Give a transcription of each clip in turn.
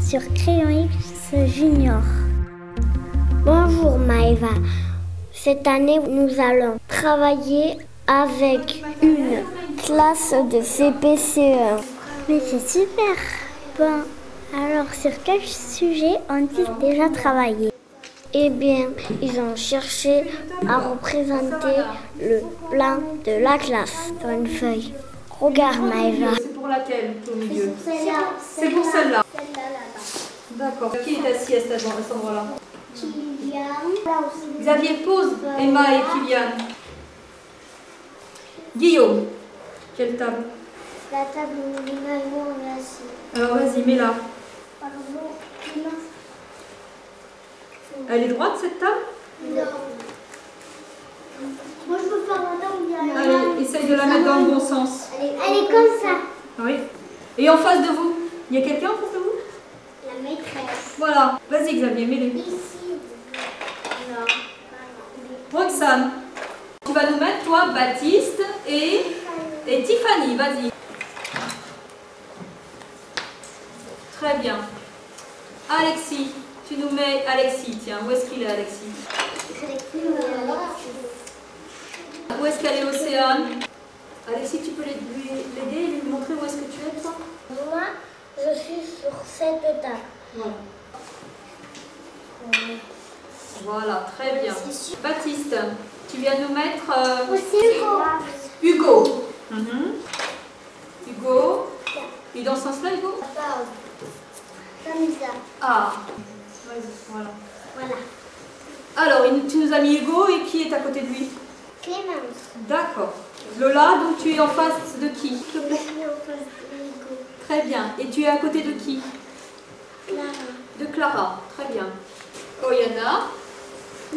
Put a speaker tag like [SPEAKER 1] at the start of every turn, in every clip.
[SPEAKER 1] sur Crayon X Junior. Bonjour Maëva. Cette année, nous allons travailler avec une classe de CPCE. E Mais c'est super. Bon, alors sur quel sujet ont-ils déjà travaillé Eh bien, ils ont cherché à représenter le plan de la classe sur une feuille. Regarde Maëva.
[SPEAKER 2] C'est pour laquelle au milieu C'est pour celle-là. D'accord. Qui est assis à cet endroit- à cet endroit-là Xavier, pose Emma et Kylian. Guillaume, quelle table
[SPEAKER 1] La table où nous avons assis.
[SPEAKER 2] Alors vas-y, mets-la. Elle est droite cette table
[SPEAKER 1] Moi je peux faire où il y a
[SPEAKER 2] Allez, essaye de la mettre dans le bon sens. Ah
[SPEAKER 1] Elle est comme ça.
[SPEAKER 2] Oui. Et en face de vous Il y a quelqu'un en face de vous
[SPEAKER 1] La maîtresse.
[SPEAKER 2] Voilà. Vas-y Xavier, mets-les.
[SPEAKER 1] Ici. Non.
[SPEAKER 2] Roxane, tu vas nous mettre toi, Baptiste et, et Tiffany, vas-y. Très bien. Alexis, tu nous mets Alexis, tiens, où est-ce qu'il est Alexis Où est-ce qu'elle est Océane Alexis, tu peux l'aid- lui- l'aider et lui montrer où est-ce que tu es toi
[SPEAKER 1] Moi je suis sur cette table.
[SPEAKER 2] Voilà. Voilà, très bien. Baptiste, tu viens nous mettre euh, Hugo. Mhm. Hugo. Il est dans ce sens-là, Hugo
[SPEAKER 1] Comme ça.
[SPEAKER 2] Ah, vas-y, voilà.
[SPEAKER 1] Voilà.
[SPEAKER 2] Alors, il- tu nous as mis Hugo et qui est à côté de lui
[SPEAKER 1] Clémence.
[SPEAKER 2] D'accord. Lola, donc tu es en face de qui s'il te
[SPEAKER 1] Je
[SPEAKER 2] plaît
[SPEAKER 1] suis en face de Hugo.
[SPEAKER 2] Très bien. Et tu es à côté de qui
[SPEAKER 1] Clara.
[SPEAKER 2] De Clara. Très bien. Oyana,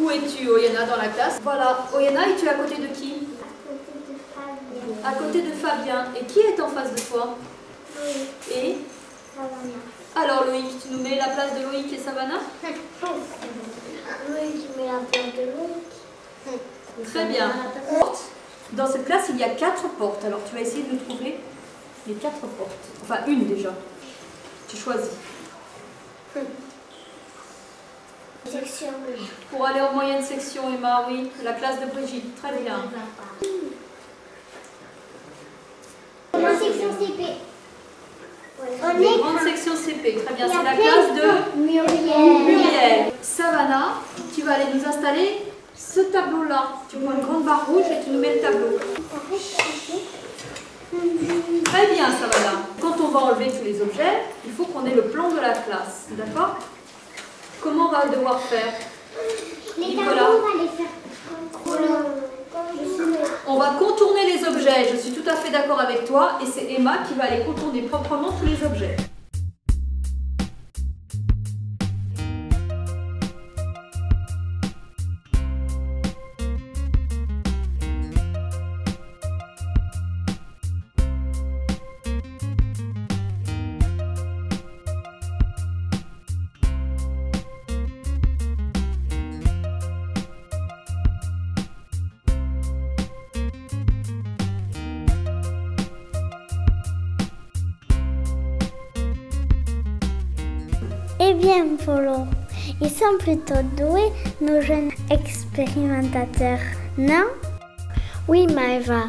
[SPEAKER 2] où es-tu, Oyana, dans la classe Voilà. Oyana, et tu es à côté de qui
[SPEAKER 1] Côté de Fabien.
[SPEAKER 2] À côté de Fabien. Et qui est en face de toi
[SPEAKER 1] Oui.
[SPEAKER 2] Et alors, Loïc, tu nous mets la place de Loïc et Savannah
[SPEAKER 1] Oui, je mets la porte de
[SPEAKER 2] Très bien. Porte. Dans cette classe, il y a quatre portes. Alors, tu vas essayer de nous trouver les quatre portes. Enfin, une déjà. Tu choisis.
[SPEAKER 1] Section
[SPEAKER 2] Pour aller en moyenne section, Emma, oui, la classe de Brigitte. Très bien.
[SPEAKER 1] La section CP. On est
[SPEAKER 2] Grande section CP. Très bien. C'est la
[SPEAKER 1] plein
[SPEAKER 2] classe de
[SPEAKER 1] Muriel.
[SPEAKER 2] Muriel. Savannah, tu vas aller nous installer ce tableau-là. Tu prends une grande barre rouge et tu nous mets le tableau. Très bien, Savannah. Quand on va enlever tous les objets, il faut qu'on ait le plan de la classe. D'accord Comment on va devoir faire
[SPEAKER 1] Les
[SPEAKER 2] Nicolas.
[SPEAKER 1] tableaux, on va les faire contrôler.
[SPEAKER 2] On va contourner les objets, je suis tout à fait d'accord avec toi, et c'est Emma qui va aller contourner proprement tous les objets.
[SPEAKER 1] Eh bien, Polo, ils sont plutôt doués, nos jeunes expérimentateurs, non Oui, Maëva.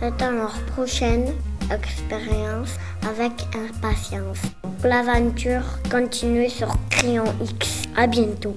[SPEAKER 1] J'attends leur prochaine expérience avec impatience. L'aventure continue sur Crayon X. À bientôt.